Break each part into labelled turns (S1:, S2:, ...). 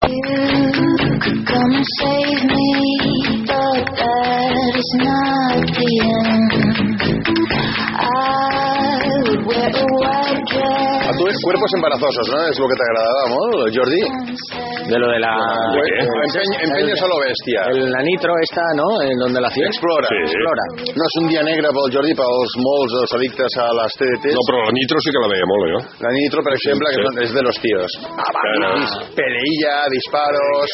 S1: You could come and save me, but that is not the end. I would wear a white
S2: A
S1: dress
S2: tú es cuerpos embarazosos, ¿no? Es lo que te agradaba, ¿no, Jordi?
S1: instead.
S3: De lo de la...
S2: Empeño, empeño solo bestia.
S3: El, la nitro esta, ¿no? En donde la ciudad
S2: Explora.
S3: Explora.
S2: No és un dia negre pel Jordi, pels molts dels addictes a les TDTs.
S4: No, però la Nitro sí que la veia molt, jo.
S2: La Nitro, per exemple, que
S4: sí.
S2: és- és de los tíos. Ah, va,
S4: Claro.
S2: dis, peleilla, disparos,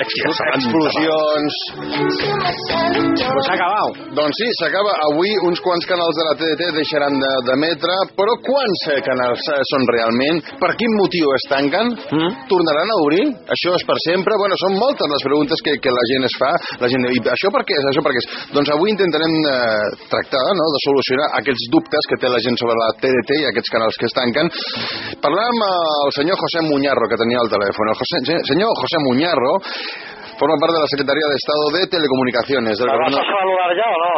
S2: explo-
S4: santa, va.
S2: explosions...
S1: Into my center.
S3: Pues ha acabado.
S2: Doncs sí, s'acaba. Avui uns quants canals de la TDT deixaran de- d'emetre, però quants eh, canals eh, són realment? Per quin motiu es tanquen?
S3: Mm.
S2: Tornaran a obrir? Això és per sempre? Bueno, són moltes les preguntes que, que la gent es fa. La gent, I això per què és? Això per què és? Doncs avui intentarem eh, tractar no, de solucionar aquests dubtes que té la gent sobre la TDT i aquests canals que es tanquen. Parlàvem al senyor José Muñarro, que tenia al telèfon. El José, senyor José Muñarro forma part de la Secretaría de Estado de Telecomunicaciones del Gobierno
S5: saludar ya o no?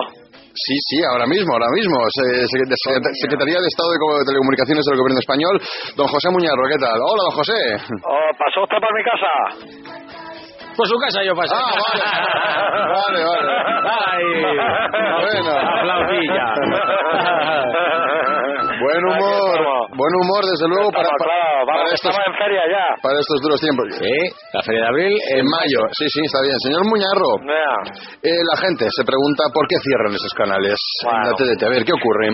S2: Sí, sí, ahora mismo, ahora mismo. Se- se- de- secreta- Secretaría de Estado de Co- de Telecomunicaciones del Gobierno Español. Don José Muñarro, ¿qué tal? Hola, don José.
S5: ¿O pasó usted por mi casa?
S3: Por Pues su casa yo pasé.
S2: Ah, vale. Vale, vale. Bueno.
S3: Aplaudilla.
S2: Buen humor, buen humor, desde luego, para,
S5: Estamos,
S2: para-
S5: claro, vamos,
S2: para
S5: que
S2: estos,
S5: estamos en feria ya.
S2: para estos duros tiempos.
S3: Sí, la Feria de Abril
S2: En
S3: en
S2: mayo, sí, sí, está bien. Señor Muñarro,
S5: Mira,
S2: eh, la gente se pregunta por qué cierran esos canales en la
S5: Bueno.
S2: TDT. A ver, ¿qué ocurre?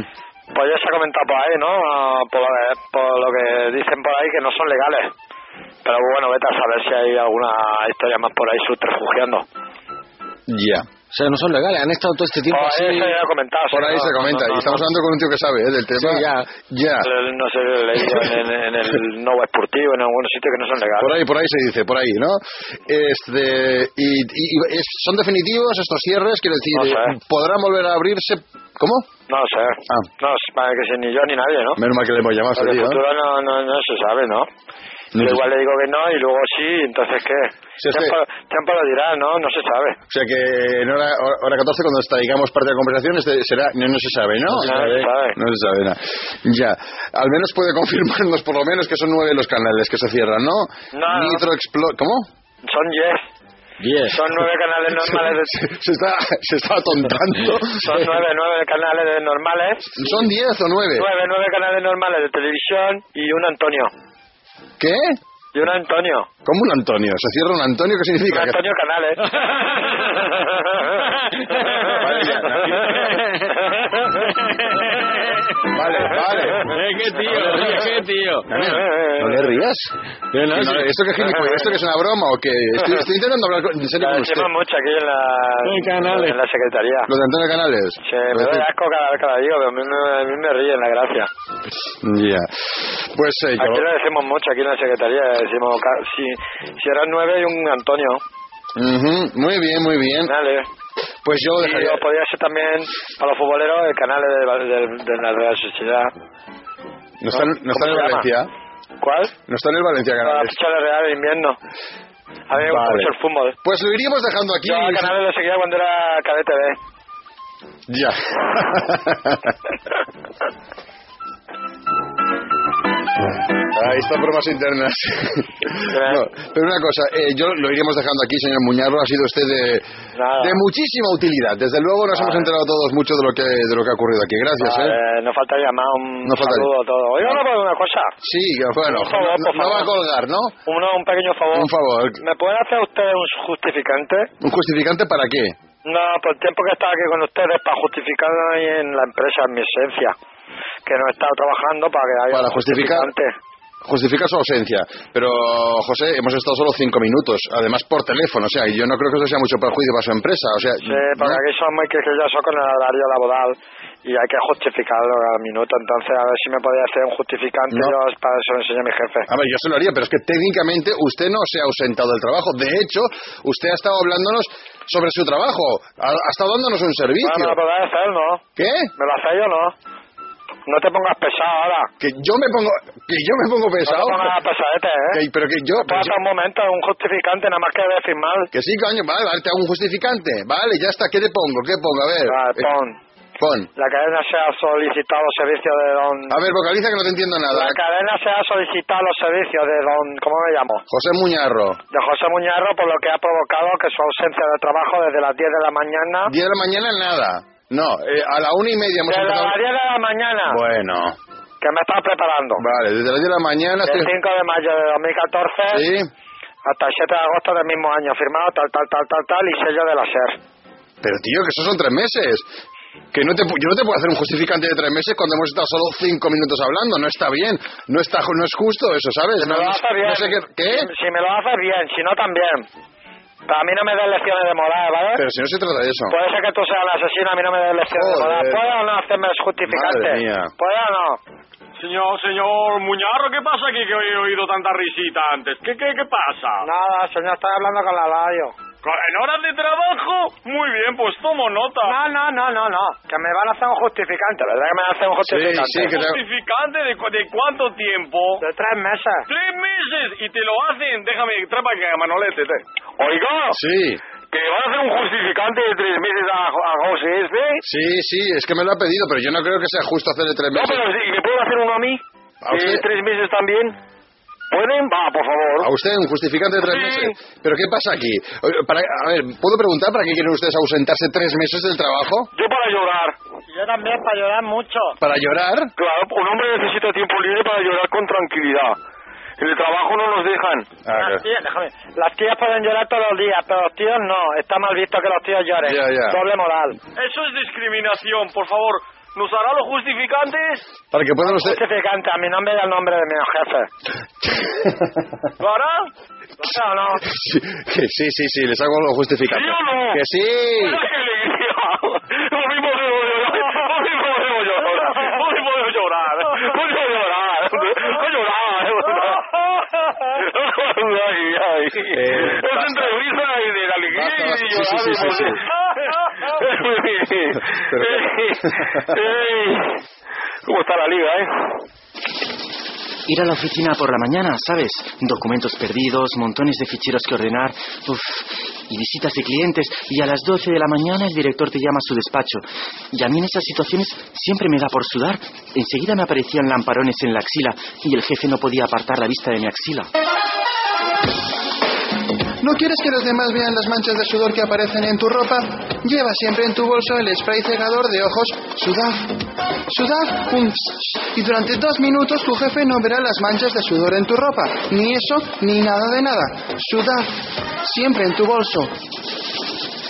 S5: pues ya se ha comentado por ahí, ¿no? Ah, Por, eh, por lo que dicen por ahí que no son legales. Pero bueno, vete a saber si hay alguna historia más por ahí subterfugiando.
S2: Ya.
S3: O sea, no son legales, han estado todo este tiempo
S5: Por
S3: así.
S5: ahí se ha comentado.
S2: Por
S5: sí,
S2: ahí
S5: no,
S2: se
S5: no,
S2: comenta.
S5: no,
S2: y
S5: no,
S2: estamos
S5: no.
S2: hablando con un tío que sabe eh, del tema.
S3: Sí, ya.
S2: Ya.
S5: Eh, No sé, he leído en, en- en el Novo Esportivo, en algún sitio que no son legales.
S2: Por ahí, por ahí se dice, por ahí, ¿no? Este, y, y- y es- ¿Son definitivos estos cierres? Quiero decir,
S5: No sé.
S2: ¿podrán volver a abrirse? ¿Cómo?
S5: No sé.
S2: Ah.
S5: No, es para que si ni yo ni nadie, ¿no?
S2: Menos mal que le hemos llamado a
S5: Pero
S2: este tío.
S5: el
S2: ¿no?
S5: futuro no, no, no se sabe, ¿no?
S2: No se
S5: Yo igual le digo que no y luego sí, entonces ¿qué?
S2: Si es que-
S5: tiempo, tiempo lo dirá, ¿no? No se sabe.
S2: O sea que en hora, hora- hora 14, cuando está, digamos, parte de la conversación, este será, no, no se sabe, ¿no?
S5: No se sabe.
S2: No se sabe nada. Ya. Al menos puede confirmarnos, por lo menos, que son nueve los canales que se cierran, ¿no?
S5: No.
S2: Nitro Explore. ¿Cómo?
S5: Son 10,
S3: Diez.
S5: son nueve canales normales,
S2: Se,
S5: de-
S2: se está, se está atontando.
S5: son nueve, nueve canales de normales,
S2: ¿Son diez o nueve?
S5: nueve, nueve canales normales de televisión y un Antonio,
S2: ¿Qué?
S5: y un Antonio,
S2: ¿Cómo un Antonio? ¿Se cierra un Antonio? ¿Qué
S5: un
S2: significa?
S5: Antonio Canales.
S2: Vaya, Vale, vale.
S3: Eh, qué tío, eh, qué tío.
S2: No le rías.
S3: Que no,
S2: Que no-
S3: sí.
S2: ¿Esto qué gilipollez? ¿Esto que es una broma o qué? Estoy, estoy intentando hablar con, en serio
S5: La
S2: con usted.
S5: decimos mucho aquí en la,
S3: En Canales.
S5: en la Secretaría.
S2: Lo de Antonio Canales.
S5: Sí, me doy asco cada vez que la digo, pero a mí, me- a mí me ríen la gracia.
S2: Ya. Pues eh, yo.
S5: Aquí lo decimos mucho, aquí en la Secretaría decimos, ca- si, si eran nueve y un Antonio,
S2: Ujú, Muy bien, muy bien.
S5: dale.
S2: Pues yo lo
S5: Y
S2: dejaría.
S5: o podría ser también para los futboleros el canal de, de- de la Real Sociedad.
S2: No está, en- no está en el
S5: ¿Cómo se
S2: Valencia.
S5: Ah. ¿Cuál?
S2: No está en el Valencia
S5: Para
S2: Canales.
S5: fichar la Real en invierno. A mí me gusta
S2: Vale.
S5: mucho el fútbol.
S2: Pues lo iríamos dejando aquí.
S5: Yo al canal lo seguía cuando era cadete B.
S2: Ya. Ahí están bromas internas. No, pero una cosa, eh, yo lo iríamos dejando aquí, señor Muñarro. Ha sido usted de,
S5: Nada.
S2: de muchísima utilidad. Desde luego nos
S5: Vale.
S2: hemos enterado todos mucho de lo que, de lo que ha ocurrido aquí. Gracias, ¿eh?
S5: Vale, nos faltaría más un
S2: Nos faltaría.
S5: saludo a todos. Oye, una, una cosa.
S2: Sí, bueno,
S5: Por favor,
S2: no,
S5: por
S2: no va a
S5: favor.
S2: colgar, ¿no?
S5: Uno, un pequeño favor.
S2: Un favor.
S5: ¿Me pueden hacer ustedes un justificante?
S2: ¿Un justificante para qué?
S5: No, por el tiempo que he estado aquí con ustedes para justificar ahí en la empresa, en mi esencia, que no he estado trabajando para que haya
S2: Para
S5: un
S2: justificar.
S5: justificante.
S2: justifica su ausencia, pero José, hemos estado solo cinco minutos, además por teléfono, o sea, y yo no creo que eso sea mucho perjuicio para su empresa, o sea,
S5: Sí, porque aquí son muy quisquillosos con el horario laboral y hay que justificarlo al minuto. Entonces, a ver si me podía hacer un justificante.
S2: No.
S5: Yo para eso lo enseño a mi jefe.
S2: A ver, yo se lo haría, pero es que técnicamente usted no se ha ausentado del trabajo. De hecho, usted ha estado hablándonos sobre su trabajo. Ha, ha estado dándonos un
S5: Bueno, me
S2: servicio.
S5: lo podés hacer, Ah, ¿no?
S2: ¿Qué?
S5: ¿Me lo hacéis o no? No te pongas pesado ahora.
S2: Que yo me pongo, que yo me pongo
S5: No te
S2: pesado.
S5: pongas pesadete, ¿eh?
S2: Que- pero que yo, pero
S5: Pasa
S2: yo-
S5: un momento, un justificante, nada más que de firmar.
S2: que sí, coño, vale, vale, te hago un justificante. Vale, ya está, ¿qué te pongo? ¿Qué pongo? A ver.
S5: Vale,
S2: eh,
S5: Ah, pon.
S2: pon.
S5: La cadena se ha solicitado servicio de don...
S2: A ver, vocaliza que no te entiendo nada.
S5: La cadena se ha solicitado los servicios de don... ¿Cómo me llamo?
S2: José Muñarro.
S5: de José Muñarro por lo que ha provocado que su ausencia de trabajo desde las 10 de la mañana
S2: 10 de la mañana, nada. No, eh, a la una y media hemos
S5: desde
S2: empezado.
S5: las 10 de la mañana
S2: Bueno,
S5: que me estaba preparando
S2: vale, desde las 10 de la mañana
S5: del
S2: estoy...
S5: 5 de mayo de 2014
S2: Sí.
S5: hasta el 7 de agosto del mismo año firmado tal tal tal tal tal y sello de la SER
S2: Pero tío, que esos son tres meses. Que no te, pu- yo no te puedo hacer un justificante de tres meses cuando hemos estado solo cinco minutos hablando. No está bien. No está ju- no es justo eso, ¿sabes? No,
S5: me lo
S2: no-
S5: hace bien
S2: no sé qué. ¿Qué?
S5: Si, si me lo hace bien si no también pero a mí no me des lecciones de moral ¿vale?
S2: Pero si no se trata de eso.
S5: puede ser que tú seas el asesino a mí no me des lecciones de moral
S2: Joder.
S5: ¿puede o no hacerme el justificante?
S2: Madre mía.
S5: ¿puede o no?
S6: Señor, señor Muñarro, ¿qué pasa aquí que he oído tanta risita antes? ¿Qué, qué, qué pasa?
S5: nada señor estoy hablando con la radio
S6: ¿En horas de trabajo? Muy bien, pues tomo nota.
S5: No, no, no, no, no. Que me van a hacer un justificante, ¿verdad? Que me van a hacer un justificante.
S2: sí, que-
S6: ¿Justificante de, cu- de cuánto tiempo?
S5: De tres meses.
S6: Tres meses y te lo hacen. Déjame, trae para que Manolete. te-
S5: Oiga,
S2: Sí,
S5: que van a hacer un justificante de tres meses a, a José este.
S2: sí, sí, es que me lo ha pedido, pero yo no creo que sea justo hacerle tres
S5: No,
S2: meses.
S5: pero sí, ¿me pueden hacer uno a mí?
S2: A
S5: ¿De
S2: usted.
S5: tres meses también? ¿Pueden? Va, por favor.
S2: A usted, un justificante de tres
S5: Sí.
S2: meses. ¿Pero qué pasa aquí? O- para- a ver, ¿puedo preguntar para qué quieren ustedes ausentarse tres meses del trabajo?
S5: Yo para llorar. Yo también para llorar mucho.
S2: ¿Para llorar?
S5: Claro, un hombre necesita tiempo libre para llorar con tranquilidad. En el trabajo no nos dejan.
S2: Ah, claro.
S5: Las tías, déjame. Las tías pueden llorar todos los días, pero los tíos no. Está mal visto que los tíos lloren.
S2: Ya, ya.
S5: Doble moral.
S6: Eso es discriminación, por favor. ¿Nos hará los justificantes?
S2: Para que puedan ustedes...
S5: Justificante, a Este mi nombre y al nombre de mi jefe.
S6: ¿Lo hará?
S5: ¿Claro o no?
S2: Sí, que sí, sí, sí, les hago lo justificante.
S6: ¿Sí o no?
S2: Que sí.
S6: ¡Qué alegría! Lo mismo debo llorar, lo mismo debo llorar, lo mismo debo llorar, lo mismo debo llorar, lo mismo debo llorar. Ay, ay.
S2: Eh,
S6: es entre risa y de la alegría
S2: Basta, basta.
S6: y
S2: Sí, sí,
S6: llorar.
S2: sí, sí, sí.
S6: Ey, ¿Cómo está la liga, eh?
S7: Ir a la oficina por la mañana, ¿sabes? Documentos perdidos, montones de ficheros que ordenar, uf, y visitas de clientes, y a las 12 de la mañana el director te llama a su despacho. Y a mí en esas situaciones siempre me da por sudar. Enseguida me aparecían lamparones en la axila, y el jefe no podía apartar la vista de mi axila.
S8: ¿No quieres que los demás vean las manchas de sudor que aparecen en tu ropa? Lleva siempre en tu bolso el spray cegador de ojos Sudaf. Sudaf, un ch- y durante dos minutos tu jefe no verá las manchas de sudor en tu ropa. Ni eso, ni nada de nada. Sudaf, siempre en tu bolso.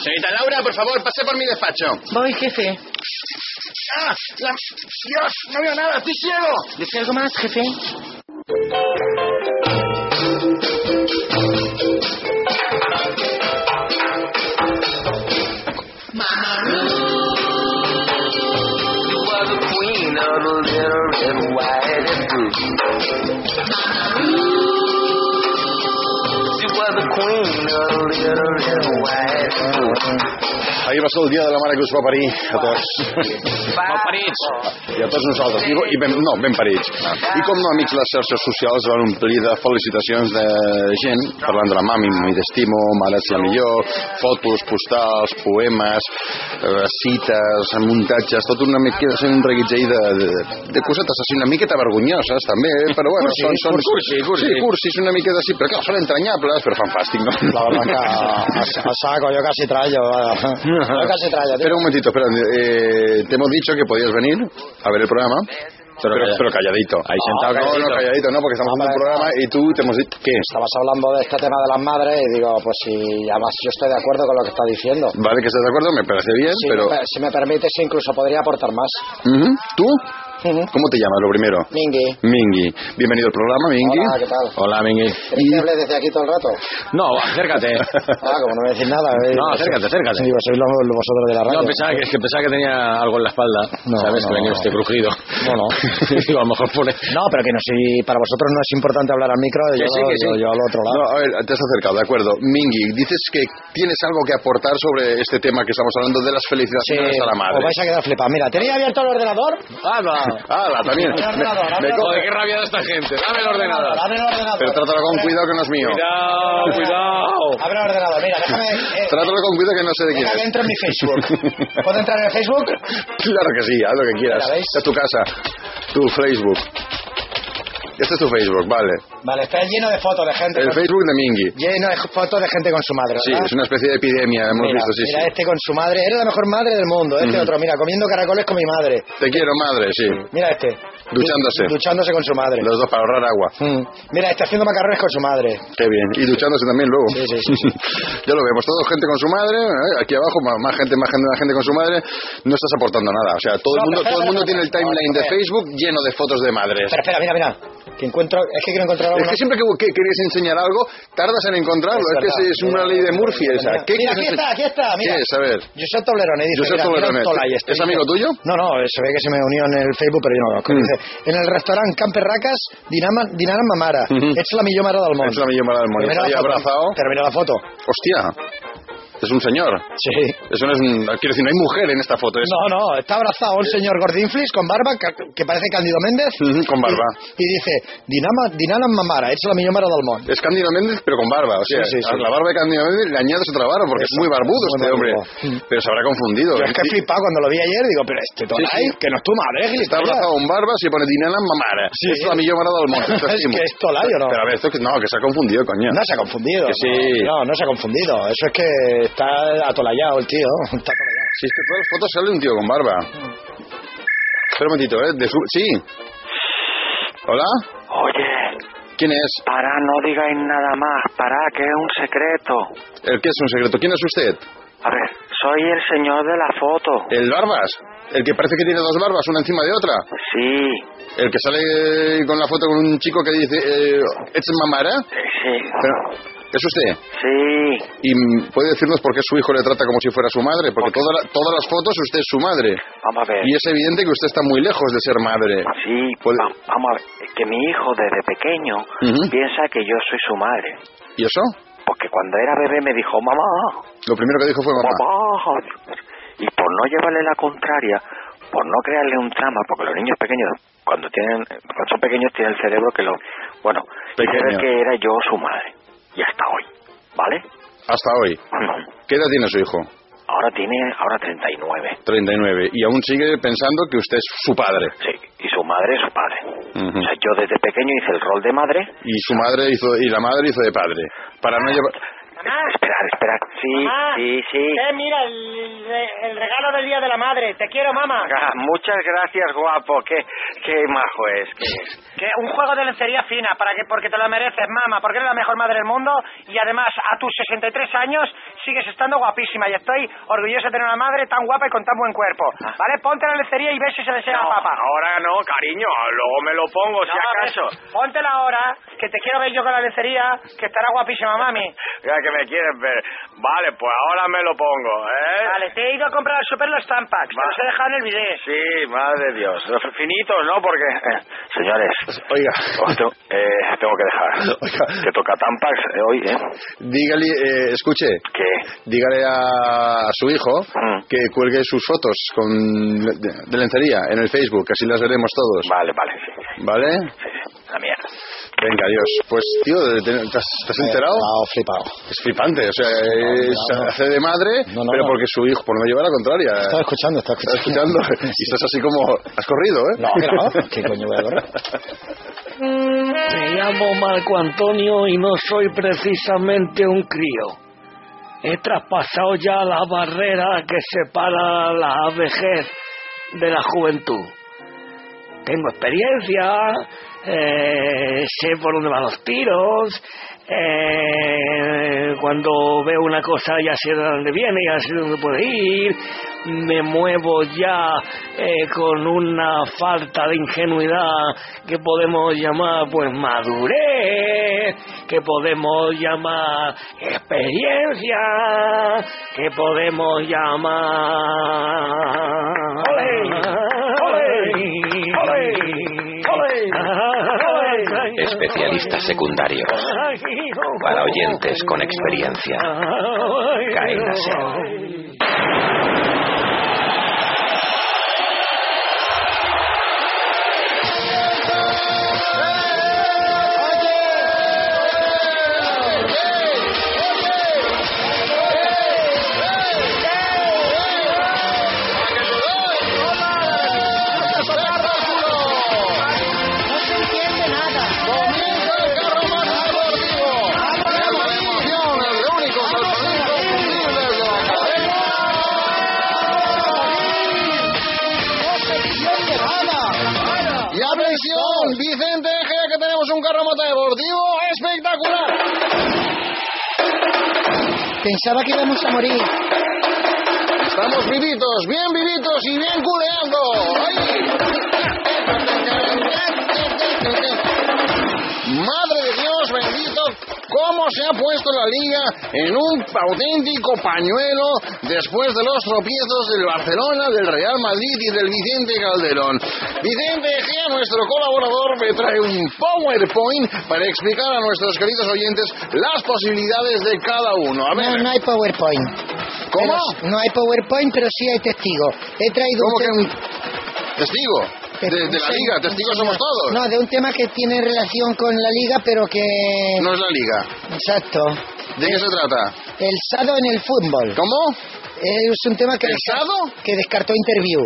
S2: Señorita Laura, por favor, pase por mi despacho.
S7: Voy, jefe.
S2: ¡Ah! La- ¡Dios! ¡No veo nada! ¡Estoy ciego!
S7: ¿Desea algo más, jefe?
S2: Ahir va ser el dia de la mare que us va parir a tots. I a tots nosaltres. I, bo- i ben, no, ben parits. I com no, amics, les xarxes socials van omplir de felicitacions de gent parlant de la mami, mi t'estimo, mare ets la millor, fotos, postals, poemes, eh, cites, muntatges, tot una mica sent un reguitzell de, de, de cosetes així una miqueta vergonyoses, també, però bueno,
S3: Cursi,
S2: són... són
S3: cursi, cursi.
S2: Sí, cursis, una mica de sí, però clar, són entranyables, però fan fàstic, no?
S9: La verdad que a, a saco, yo casi traigo. vaya. Yo casi traigo, tío.
S2: Espera un momentito, espera. eh, te hemos dicho que podías venir a ver el programa. Pero,
S3: calla-
S2: pero calladito.
S3: Ahí
S2: no,
S3: sentado,
S2: no, no, calladito, no, porque estamos haciendo un programa y tú te hemos dicho... ¿Qué?
S9: Estabas hablando de este tema de las madres y digo, pues si además yo estoy de acuerdo con lo que está diciendo.
S2: Vale, que estás de acuerdo, me parece bien,
S9: Si,
S2: pero...
S9: me, per- si me permites, incluso podría aportar más.
S2: Ujú, ¿Tú? ¿Cómo te llamas, lo primero?
S10: Mingui.
S2: Mingui. Bienvenido al programa, Mingui.
S10: Hola, ¿qué tal?
S11: Hola, Mingui.
S10: ¿Queréis que hable desde aquí todo el rato?
S11: No, acércate.
S10: Ah, como no me decís nada. eh,
S11: No, acércate, acércate.
S10: Digo, sois los, los vosotros de la radio.
S11: No, pensaba que, es que pensaba que tenía algo en la espalda.
S10: No,
S11: ¿Sabes?
S10: no.
S11: que venía este crujido.
S10: No, no.
S11: Digo, a lo mejor pone.
S10: No, pero que no, si para vosotros no es importante hablar al micro, yo,
S2: sí, que sí.
S10: yo, yo al otro lado.
S2: No, a ver, te has acercado, de acuerdo. Mingui, dices que tienes algo que aportar sobre este tema que estamos hablando de las felicitaciones
S10: Sí,
S2: a la madre.
S10: Os vais a quedar flipados. Mira, ¿tenéis abierto el ordenador?
S2: ¡Hala, también!
S10: Abre el ordenador, abre
S2: me
S10: el
S2: coge.
S11: Joder, qué rabia de esta gente. Dame el ordenador.
S10: Abre el ordenador.
S2: Pero trátalo con cuidado que no es mío.
S11: Cuidado, cuidado.
S10: Abre el ordenador, mira, déjame. eh,
S2: Trátalo con cuidado que no sé de quién
S10: deja que
S2: es.
S10: entre en mi Facebook. ¿Puedo entrar en el Facebook?
S2: Claro que sí, haz lo que quieras.
S10: ¿La veis?
S2: Esta es tu casa, tu Facebook. Este es tu Facebook, vale.
S10: Vale, está lleno de fotos de gente.
S2: El
S10: con-
S2: Facebook de Mingui.
S10: Lleno de fotos de gente con su madre.
S2: Sí,
S10: ¿verdad?
S2: es una especie de epidemia, hemos
S10: Mira,
S2: visto, sí,
S10: mira
S2: sí.
S10: este con su madre, era la mejor madre del mundo. Este
S2: Ujú.
S10: otro, mira, comiendo caracoles con mi madre.
S2: Te quiero, madre, sí.
S10: Mira este.
S2: Duchándose.
S10: Du- Duchándose con su madre.
S2: Los dos para ahorrar agua.
S10: Mm. Mira, este haciendo macarrones con su madre.
S2: Qué bien. Y duchándose también luego.
S10: Sí, sí, sí,
S2: ya lo vemos. Todo gente con su madre. ¿eh? Aquí abajo, más, más gente, más gente, más gente con su madre. No estás aportando nada. O sea, todo el
S10: No,
S2: mundo,
S10: pero-
S2: todo el mundo tiene el timeline de
S10: Joder.
S2: Facebook lleno de fotos de madres.
S10: Espera, espera, mira, mira. Que encuentro, es que quiero encontrar
S2: Es
S10: una.
S2: que siempre que, que querías enseñar algo, tardas en encontrarlo.
S10: Es
S2: Es, que
S10: verdad.
S2: es una ley de Murphy esa.
S10: Mira,
S2: ¿Qué
S10: mira,
S2: quieres
S10: aquí
S2: enseñar?
S10: está, aquí está, mira.
S2: ¿Qué es? A ver.
S10: Josep Toblerone dice.
S2: Josep
S10: mira, mira,
S2: Toblerone.
S10: Tola y este
S2: ¿Es
S10: dice-
S2: amigo tuyo?
S10: No, no, eh, se ve que se me unió en el Facebook, pero yo no lo conozco.
S2: Mm.
S10: Dice, en el restaurante Camperracas Dinama, Dinarama Mara.
S2: Ujú.
S10: Es la millor mare del món.
S2: Es la millor mare del món.
S10: Però mira
S2: Ahí
S10: la foto,
S2: abrazado.
S10: Pero mira la foto.
S2: Hostia. Es un señor.
S10: Sí.
S2: Eso no es un... Quiero decir, no hay mujer en esta foto. Es
S10: No, no, está abrazado un señor gordinflis con barba que, que parece Cándido Méndez.
S2: Ujú, con barba.
S10: Y, y dice, Dinama, Dinana Mamara, ets la millor mare del món.
S2: Es Cándido Méndez, pero con barba. O sea,
S10: Sí, sí, sí.
S2: a la barba de Cándido Méndez le añades otra barba porque es
S10: Eso,
S2: muy barbudo
S10: muy
S2: este
S10: barbudo.
S2: hombre. Pero se habrá confundido.
S10: Yo es que he
S2: Y-
S10: flipado cuando lo vi ayer, digo, pero este tonai,
S2: Sí, sí.
S10: que no es tu madre,
S2: Está
S10: gilipollas.
S2: abrazado con barba, se pone Dinana Mamara.
S10: Sí.
S2: Es la millor mare del món.
S10: Es
S2: Estimo.
S10: que es tolaio, ¿no?
S2: Pero a ver, esto que, no, que se ha confundido, coño.
S10: No se ha confundido.
S2: Que sí.
S10: No, no se ha confundido. Eso es que está atolayado el tío. Está atolayado.
S2: Si es que todas las fotos sale un tío con barba. Espera un momentito, ¿eh? De su- Sí. ¿Hola?
S5: Oye,
S2: ¿Quién es?
S5: pará, no digáis nada más, pará, que es un secreto.
S2: ¿El que es un secreto? ¿Quién es usted?
S5: A ver, soy el señor de la foto.
S2: ¿El Barbas? ¿El que parece que tiene dos barbas, una encima de otra?
S5: Sí,
S2: ¿El que sale eh, con la foto con un chico que dice, eh, ¿es mamara?
S5: sí,
S2: Pero, ¿Es usted?
S5: sí.
S2: ¿Y mm, puede decirnos por qué su hijo le trata como si fuera su madre? Porque toda la- todas las fotos usted es su madre.
S5: Vamos a ver.
S2: Y es evidente que usted está muy lejos de ser madre.
S5: Sí,
S2: Puede-
S5: va- vamos a ver, que mi hijo desde pequeño
S2: Ujú.
S5: piensa que yo soy su madre.
S2: ¿Y eso?
S5: Porque cuando era bebé me dijo, mamá,
S2: Lo primero que dijo fue mamá.
S5: mamá. Y por no llevarle la contraria, por no crearle un trama, porque los niños pequeños, cuando tienen cuando son pequeños, tienen el cerebro que lo... Bueno,
S2: Pequeño.
S5: creo que era yo su madre. Y hasta hoy, ¿vale?
S2: Hasta hoy. ¿Qué edad tiene su hijo?
S5: Ahora tiene, ahora 39.
S2: 39. Y aún sigue pensando que usted es su padre.
S5: Sí, y su madre es su padre.
S2: Ujú.
S5: O sea, yo desde pequeño hice el rol de madre.
S2: Y su madre hizo, y la madre hizo de padre. Para no llevar...
S6: Ah,
S5: Esperar, esperar. Sí,
S6: Mamá.
S5: sí, sí.
S6: Eh, mira, el, el regalo del Día de la Madre. Te quiero, mamá.
S5: Ah, Muchas gracias, guapo. Qué, qué majo es. qué-
S6: Que un juego de lencería fina, para que, porque te lo mereces, mamá, porque eres la mejor madre del mundo y además a tus 63 años sigues estando guapísima y estoy orgulloso de tener una madre tan guapa y con tan buen cuerpo. ¿Vale? Ponte la lencería y ve si se le llega a papá.
S5: Ahora Ah. no, cariño. Luego me lo pongo, si
S6: No,
S5: acaso.
S6: hombre, Póntela ahora, que te quiero ver yo con la lencería, que estará guapísima, mami.
S5: Ya que me quieres ver. Vale, pues ahora me lo pongo, ¿eh?
S6: Vale, te he ido a comprar al super los tampax,
S5: Va.
S6: te los he dejado en el bidet.
S5: Sí, madre de Dios. Los finitos, ¿no? Porque... eh, señores.
S2: Oiga.
S5: os tengo- eh, tengo que dejar.
S2: Oiga.
S5: Que toca Tampax eh, hoy, ¿eh?
S2: Dígale, eh, escuche,
S5: Que...
S2: dígale a, a su hijo
S5: Mm.
S2: que cuelgue sus fotos con, de, de lencería en el Facebook, así las veremos todos.
S5: Vale, vale, sí.
S2: ¿Vale?
S5: La mierda.
S2: Venga, adiós. Pues, tío, ¿te, te has, te has enterado?
S10: Flipado, Eh, flipado.
S2: Es flipante, o sea, es-
S10: no, no.
S2: hace de madre,
S10: No, no,
S2: pero
S10: no.
S2: porque su hijo, por no llevar la contraria.
S10: Estaba escuchando, estaba
S2: Estás
S10: escuchando.
S2: escuchando y estás así como... Has corrido, ¿eh?
S10: No, que no. ¿Qué coño voy a correr?
S4: Me llamo Marco Antonio y no soy precisamente un crío. He traspasado ya la barrera que separa la vejez de la juventud. Tengo experiencia, eh, sé por dónde van los tiros, eh, cuando veo una cosa ya sé de dónde viene, ya sé dónde puede ir, me muevo ya eh, con una falta de ingenuidad que podemos llamar pues madurez, que podemos llamar experiencia, que podemos llamar...
S12: Especialistas secundarios. Para oyentes con experiencia. Caénase.
S2: Y atención, Vicente Ejea, que tenemos un carro deportivo espectacular.
S10: Pensaba que íbamos a morir.
S2: Estamos vivitos, bien vivitos y bien culeando. ¡Ay! Madre de Dios bendito, cómo se ha puesto la liga en un auténtico pañuelo después de los tropiezos del Barcelona, del Real Madrid y del Vicente Calderón. Vicente Egea, nuestro colaborador, me trae un PowerPoint para explicar a nuestros queridos oyentes las posibilidades de cada uno. A ver.
S10: No, no hay PowerPoint.
S2: ¿Cómo?
S10: Pero- no hay PowerPoint, pero sí hay testigos. He traído
S2: ¿Cómo
S10: un
S2: que
S10: te-
S2: un testigo? De, de la
S10: un-
S2: liga, testigos somos todos.
S10: No, de un tema que tiene relación con la liga, pero que...
S2: No es la liga.
S10: Exacto.
S2: ¿De qué se trata?
S10: El sado en el fútbol.
S2: ¿Cómo?
S10: Es un tema que...
S2: ¿El
S10: desca-
S2: sado?
S10: Que descartó Interview.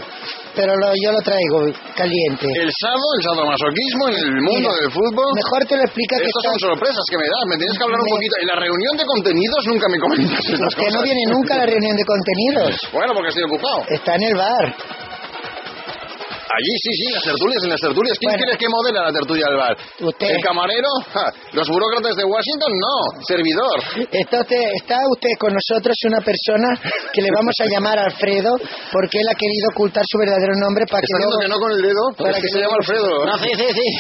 S10: Pero lo- yo lo traigo caliente.
S2: El sado, el sadomasoquismo en el mundo
S10: Mira,
S2: del fútbol.
S10: Mejor te lo explica que...
S2: Estas son
S10: está-
S2: sorpresas que me das, me tienes que hablar un
S10: Me-
S2: poquito. En la reunión de contenidos nunca me comentas estas
S10: Que
S2: cosas.
S10: no viene nunca a la reunión de contenidos.
S2: Bueno, porque estoy ocupado.
S10: Está en el bar.
S2: Allí, sí, sí, en las tertulias, en las tertulias. ¿Quién
S10: Bueno.
S2: crees que modela la tertulia del bar?
S10: Usted.
S2: ¿El camarero? Ja. ¿Los burócratas de Washington? No, servidor.
S10: Está usted, está usted con nosotros una persona que le vamos a llamar Alfredo porque él ha querido ocultar su verdadero nombre para que
S2: ¿Está viendo
S10: luego...
S2: que no con el dedo?
S10: para
S2: Es que
S10: que
S2: se llama
S10: luego-
S2: Alfredo.
S10: No, sí, sí, sí.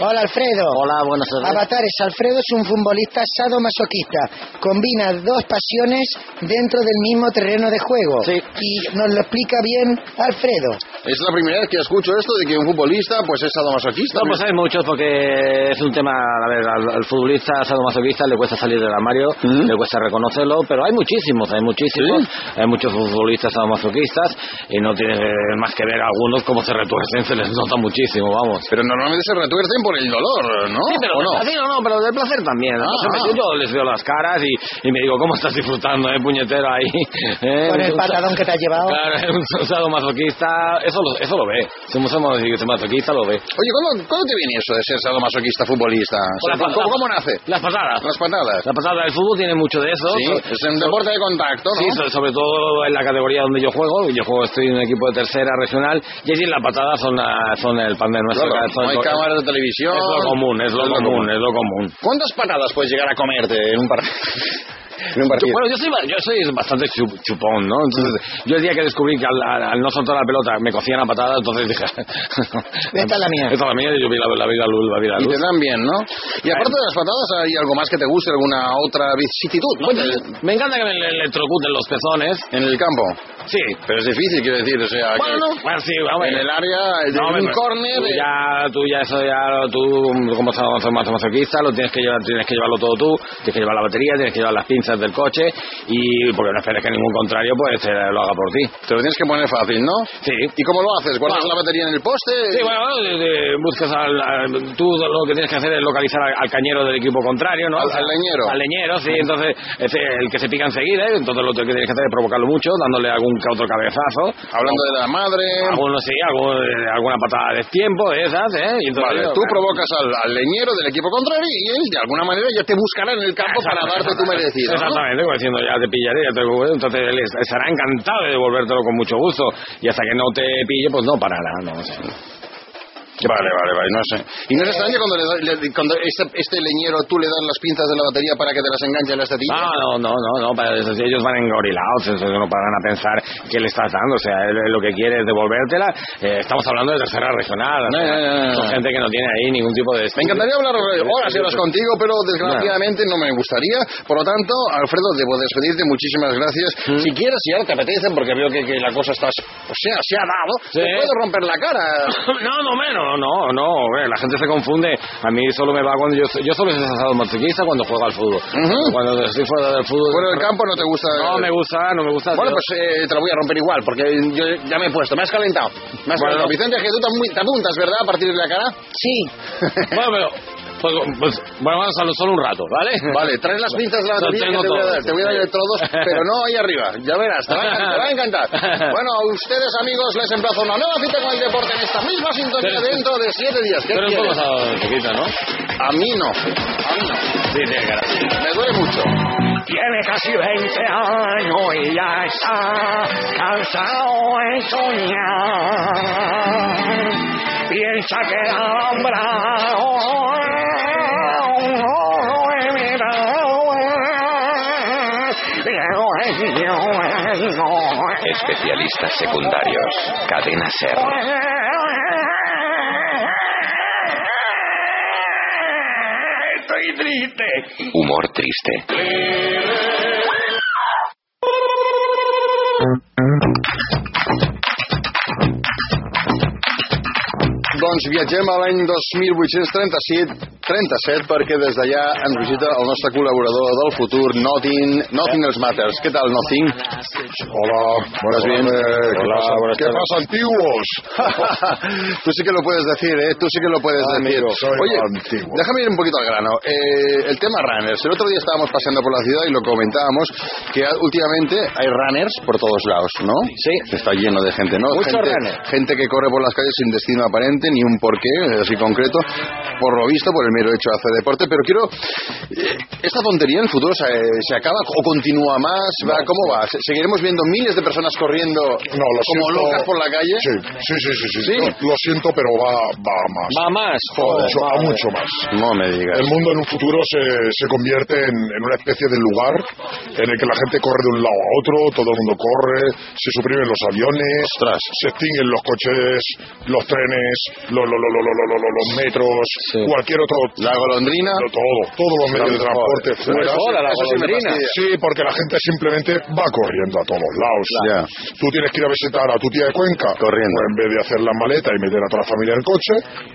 S10: Hola Alfredo.
S5: Hola, buenas tardes.
S10: Avatares, Alfredo es un futbolista sadomasoquista. Combina dos pasiones dentro del mismo terreno de juego. Y nos lo explica bien Alfredo.
S2: Es la primera vez que escucho esto de que un futbolista pues es sadomasoquista.
S5: No, pues hay muchos porque es un tema, a ver, al, al futbolista sadomasoquista le cuesta salir del armario, le cuesta reconocerlo, pero hay muchísimos, hay muchísimos, hay muchos futbolistas sadomasoquistas y no tiene más que ver algunos cómo se retuercen, se les nota muchísimo, vamos.
S2: Pero normalmente se retuercen por el dolor, ¿no?
S5: Sí, pero
S2: ¿O no? Ah.
S5: así no, no, pero del placer también. ¿no? Yo- Yo les veo las caras y, y me digo, ¿cómo estás disfrutando, eh, puñetera ahí? ¿Eh?
S10: Con el
S5: Un-
S10: patadón que te ha llevado.
S5: Claro, un sadomasoquista, eso lo, eso lo ve. Si somos sadomasoquistas, lo ve.
S2: Oye, ¿cuándo, cuándo te viene eso de ser sadomasoquista futbolista?
S5: Con las
S2: ¿Cómo,
S5: patadas.
S2: cómo nace?
S5: Las patadas.
S2: Las patadas.
S5: La patada del fútbol tiene mucho de eso.
S2: Sí, es un deporte de contacto, ¿no?
S5: Sí, so- sobre todo en la categoría donde yo juego. Yo juego, estoy en un equipo de tercera regional. Y allí las patadas son, la- son el pan de nuestro.
S2: Claro,
S5: son
S2: no hay
S5: lo-
S2: cámaras de televisión.
S5: Es lo común, es lo,
S2: Es lo
S5: común,
S2: común.
S5: es lo común.
S2: ¿Cuántas patadas puedes llegar a comerte en un, par- en un partido?
S5: Bueno, yo soy, ba- yo soy bastante chup- chupón, ¿no? Entonces, yo el día que descubrí que al, al- al no soltar la pelota me cocían a patada, entonces dije...
S10: Esta es la mía.
S5: Esta es la mía y yo vi la, la vida luz, la vida
S2: Y
S5: luz.
S2: te dan bien, ¿no?
S5: Eh.
S2: Y aparte de las patadas, ¿hay algo más que te guste? ¿Alguna otra vicisitud? ¿no?
S5: eh, Me encanta que me le- electrocuten los pezones.
S2: En el campo.
S5: Sí.
S2: Pero es difícil, quiero decir, o sea... que-
S5: Bueno, no. Bueno, sí, vamos.
S2: En el área, en un
S5: hombre,
S2: córner,
S5: Tú
S2: eh.
S5: ya, tú ya, eso ya, tú como más masoquista, lo tienes que llevar, tienes que llevarlo todo tú, tienes que llevar la batería, tienes que llevar las pinzas del coche y porque no esperes que ningún contrario pues te lo haga por ti.
S2: Te lo tienes que poner fácil, ¿no?
S5: Sí.
S2: ¿Y cómo lo haces? ¿Guardas
S5: Bueno.
S2: la batería en el poste?
S5: Sí, bueno, bueno, de- de- buscas al, al- tú lo que tienes que hacer es localizar al, al cañero del equipo contrario, ¿no?
S2: Al- al leñero.
S5: Al leñero, sí, entonces es el que se pica enseguida, ¿eh? entonces lo que tienes que hacer es provocarlo mucho, dándole algún ca- otro cabezazo.
S2: Hablando de la madre...
S5: Algunos sí, algún- alguna patada de tiempo, de esas, ¿eh? Y entonces
S2: Vale,
S5: yo-
S2: tú provocas al, al leñero del equipo contrario y él de alguna manera ya te buscará en el campo para darte tu merecido. ¿no?
S5: Exactamente, como diciendo, ya te pillaré, ya te entonces él es- estará encantado de devolvértelo con mucho gusto. Y hasta que no te pille, pues no parará, no, o sea,
S2: Vale, vale, vale, no sé. Y no es extraño cuando, le doy- le- cuando este, este leñero tú le das las pinzas de la batería para que te las enganche en la estatilla.
S13: Ah, no, no, no, no, para eso sí, ellos van engorilados, eso no paran a pensar qué le estás dando, o sea, él lo que quiere es devolvértela. Eh, estamos hablando de tercera regional,
S2: No, no, no, no.
S13: son gente que no tiene ahí ningún tipo de...
S2: Me encantaría hablar horas y horas contigo, pero desgraciadamente no me gustaría. Por lo tanto, Alfredo, debo despedirte. Muchísimas gracias.
S13: Mm.
S2: Si quieres, si ahora te apetece, porque veo que, que la cosa está... O sea, se ha dado.
S13: Sí.
S2: Te puedo romper la cara.
S13: No, no, menos, no, no, eh, la gente se confunde. A mí solo me va cuando Ah, yo, yo solo he estado masoquista cuando juego al fútbol. Cuando estoy fuera del fútbol.
S2: Bueno, el campo no te gusta. eh,
S13: No, me gusta, no me gusta.
S2: Bueno,
S13: yo-
S2: pues eh, te la voy a romper igual, porque yo ya me he puesto, me has calentado. Me has
S13: Bueno.
S2: calentado. Vicente, que tú te amu- te apuntas, ¿verdad? A partir de la cara.
S10: Sí.
S13: Bueno, pero. Pues, pues, bueno, vamos a hablarlo solo un rato, ¿vale?
S2: Vale, traes las pinzas de la
S13: Lo
S2: batería que
S13: tengo
S2: te voy a
S13: todo.
S2: dar. Te voy a dar electrodos, pero no ahí arriba. Ya verás, te va a encantar. te va a encantar. Bueno, a ustedes, amigos, les emplazo una nueva cita con el deporte en esta misma sintonía
S13: Pero-
S2: dentro de siete días. ¿Qué
S13: Pero un poco
S2: quieres?
S13: sábado, un poquito, ¿no?
S2: A mí no. A mí no.
S13: Sí, tiene cara.
S2: Me duele mucho.
S6: Tiene casi 20 años y ya está cansado de soñar. Piensa que alambrado no he mirado.
S14: Especialistas secundarios. Cadena Ser.
S6: Estoy triste.
S14: Humor triste.
S2: Doncs viatgem a l'any 2837 37, perquè des d'allà ens visita el nostre col·laborador del futur, Nothing, Nothing els Matters. Què tal, Nothing? Hola, buenas bien.
S4: ¿qué Hola, pasa? buenas ¿Qué tardes. pasa,
S2: antiguos? Tú sí que lo puedes decir, ¿eh? Tú sí que lo puedes decir.
S4: soy
S2: Oye,
S4: antiguo.
S2: déjame ir un poquito al grano. Eh, el tema runners. El otro día estábamos paseando por la ciudad y lo comentábamos, que últimamente hay runners por todos lados, ¿no? Sí. Está lleno de gente, ¿no?
S13: Mucho
S2: gente,
S13: runner.
S2: gente que corre por las calles sin destino aparente, ni un porqué, así concreto, por lo visto, por el mero hecho de hacer deporte, pero quiero... eh, ¿Esta tontería en el futuro se, se acaba o continúa más? Va, ¿Cómo va? ¿Se- ¿Seguiremos viendo miles de personas corriendo como
S4: siento-
S2: locas por la calle?
S4: Sí, sí, sí, sí. sí. Lo, lo siento, pero va, va a más.
S13: Va más,
S4: Va
S13: joder.
S4: mucho, va
S13: madre.
S4: mucho más.
S2: No me digas.
S4: El mundo en un futuro se, se convierte en, en una especie de lugar en el que la gente corre de un lado a otro, todo el mundo corre, se suprimen los aviones, se extinguen los coches, los trenes, los, los, los, los, los, los, los- los metros, cualquier otro.
S2: La golondrina.
S4: Todo, todos los medios de
S2: Joder,
S4: transporte
S2: joder,
S4: fuera.
S2: joder, la Eso sí me golondrina. fastidia.
S4: Sí, porque la gente simplemente va corriendo a todos lados.
S2: Ya.
S4: Tú tienes que ir a visitar a tu tía de Cuenca. Corriendo. en vez de hacer la maleta y meter a toda la familia en el coche,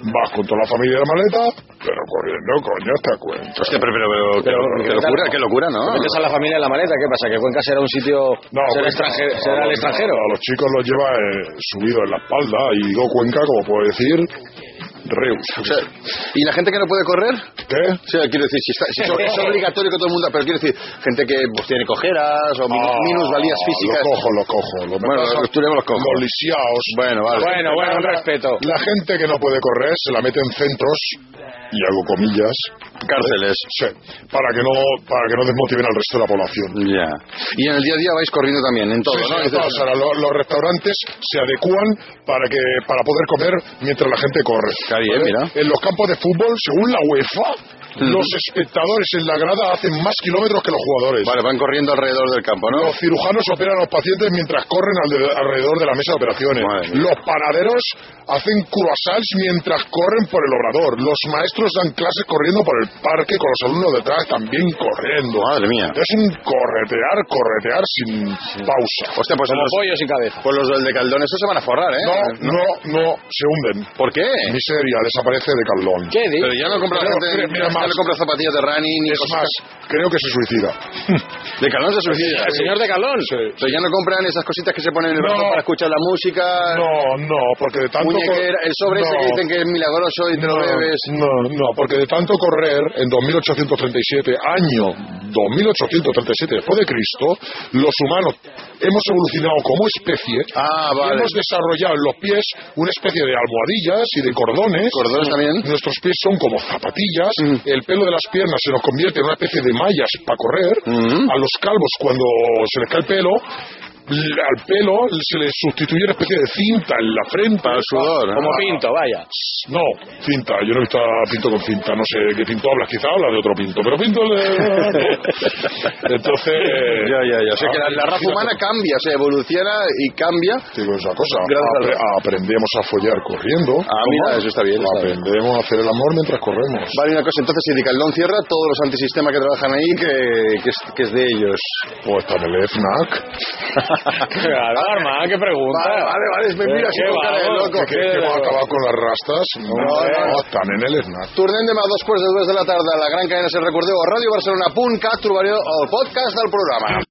S4: vas con toda la familia en la maleta, pero corriendo, coño, te cuenta.
S2: Hostia, pero, pero, pero,
S4: Pero,
S2: qué
S4: ¿qué tal?
S2: locura, qué locura, ¿no?
S4: Pero
S13: Metes a la familia en la maleta, ¿qué pasa? ¿Que Cuenca será un sitio... será,
S4: Cuenca,
S13: extranjero,
S4: no,
S13: será
S4: no,
S13: el extranjero?
S4: A los chicos los lleva eh, subido en la espalda y digo Cuenca, como puedo decir, Reus.
S2: O sea, ¿Y la gente que no puede correr?
S4: ¿Qué?
S2: O sea, quiero decir, si está- si so- es obligatorio que todo el mundo... Pero quiero decir, gente que pues, tiene cojeras o minus, minusvalías físicas.
S4: Ah, Lo cojo, lo cojo. Lo
S2: Bueno, los- tú luego los cojo.
S4: Los lisiados.
S2: Bueno, vale.
S13: Bueno, bueno, un respeto.
S4: La gente que no puede correr se la mete en centros, y hago comillas,
S2: Cárceles.
S4: Sí, para que no, para que no desmotiven al resto de la población.
S2: Ya. Y en el día a día vais corriendo también, en todo,
S4: Sí,
S2: ¿no?
S4: sí,
S2: Dices-
S4: no, Sara, lo- los restaurantes se adecúan para que para poder comer mientras la gente corre.
S2: Está bien,
S4: ¿Vale?
S2: mira.
S4: ¿eh? En los campos de fútbol, según la UEFA,
S2: Ujú.
S4: los espectadores en la grada hacen más kilómetros que los jugadores.
S2: Vale, van corriendo alrededor del campo, ¿no?
S4: Los cirujanos operan a los pacientes mientras corren al de- alrededor de la mesa de operaciones.
S2: Madre mía.
S4: Los panaderos hacen croissants mientras corren por el obrador. Los maestros dan clases corriendo por el parque con los alumnos detrás también corriendo.
S2: Madre mía.
S4: Es un corretear, corretear sin pausa.
S2: Hostia, pues
S13: Como
S2: los,
S13: pollo sin cabeza.
S2: pues los del de Caldón, estos se van a forrar, ¿eh?
S4: No, no, no, se hunden.
S2: ¿Por qué?
S4: Miseria, desaparece de Caldón.
S13: ¿Qué dices?
S2: Pero ya no compra la
S4: Pero,
S2: gente,
S4: mira, mira,
S2: ya
S4: más.
S2: no compra zapatillas de running ni
S4: Es
S2: cosas.
S4: más, creo que se suicida.
S2: De Caldón se suicida.
S13: El señor de Calón.
S2: Pero ya no compran esas cositas que se ponen en el
S4: No.
S2: brazo para escuchar la música.
S4: No, no, porque de tanto...
S2: muñequera, el sobre ese
S4: No.
S2: que dicen que es milagroso y te lo bebes.
S4: No, no, porque de tanto correr, en 2837, año 2837 después de Cristo, los humanos hemos evolucionado como especie
S2: Ah,
S4: y
S2: vale.
S4: hemos desarrollado en los pies una especie de almohadillas y de cordones.
S2: Cordones también. Mm.
S4: Nuestros pies son como zapatillas, el pelo de las piernas se nos convierte en una especie de mallas para correr.
S2: Mm.
S4: A los calvos, cuando se les cae el pelo, l- al pelo se le sustituye una especie de cinta en la frente. Al sudor.
S3: Como pinto, vaya.
S4: No, cinta. Yo no he visto a Pinto con cinta. No sé qué Pinto hablas. Quizá habla de otro Pinto. Pero Pinto... le- Entonces...
S2: Ya, ya, ya. O sea, que la, la raza humana cambia, se evoluciona y cambia.
S4: Digo esa cosa.
S2: Gracias
S4: Apre- aprendemos a follar corriendo. Ah,
S2: mira, eso está bien, está bien.
S4: Aprendemos a hacer el amor mientras corremos.
S2: Vale, una cosa, entonces si Dicaldón cierra, todos los antisistemas que trabajan ahí, que, que, es, que es de ellos.
S4: Pues está el FNAC.
S3: Claro, Armand, qué pregunta.
S2: Vale, vale, vale, me mira así
S3: ¿Qué
S2: con cara de
S3: vamos?
S2: loco.
S3: ¿Qué
S4: ¿Que hemos acabado con las rastas? No,
S2: no, no.
S4: están en el FNAC.
S2: Tornem demà a dos quarts de dues de la tarda a la gran cadena, si recordeu, a Ràdio Barcelona.cat trobareu el podcast del programa.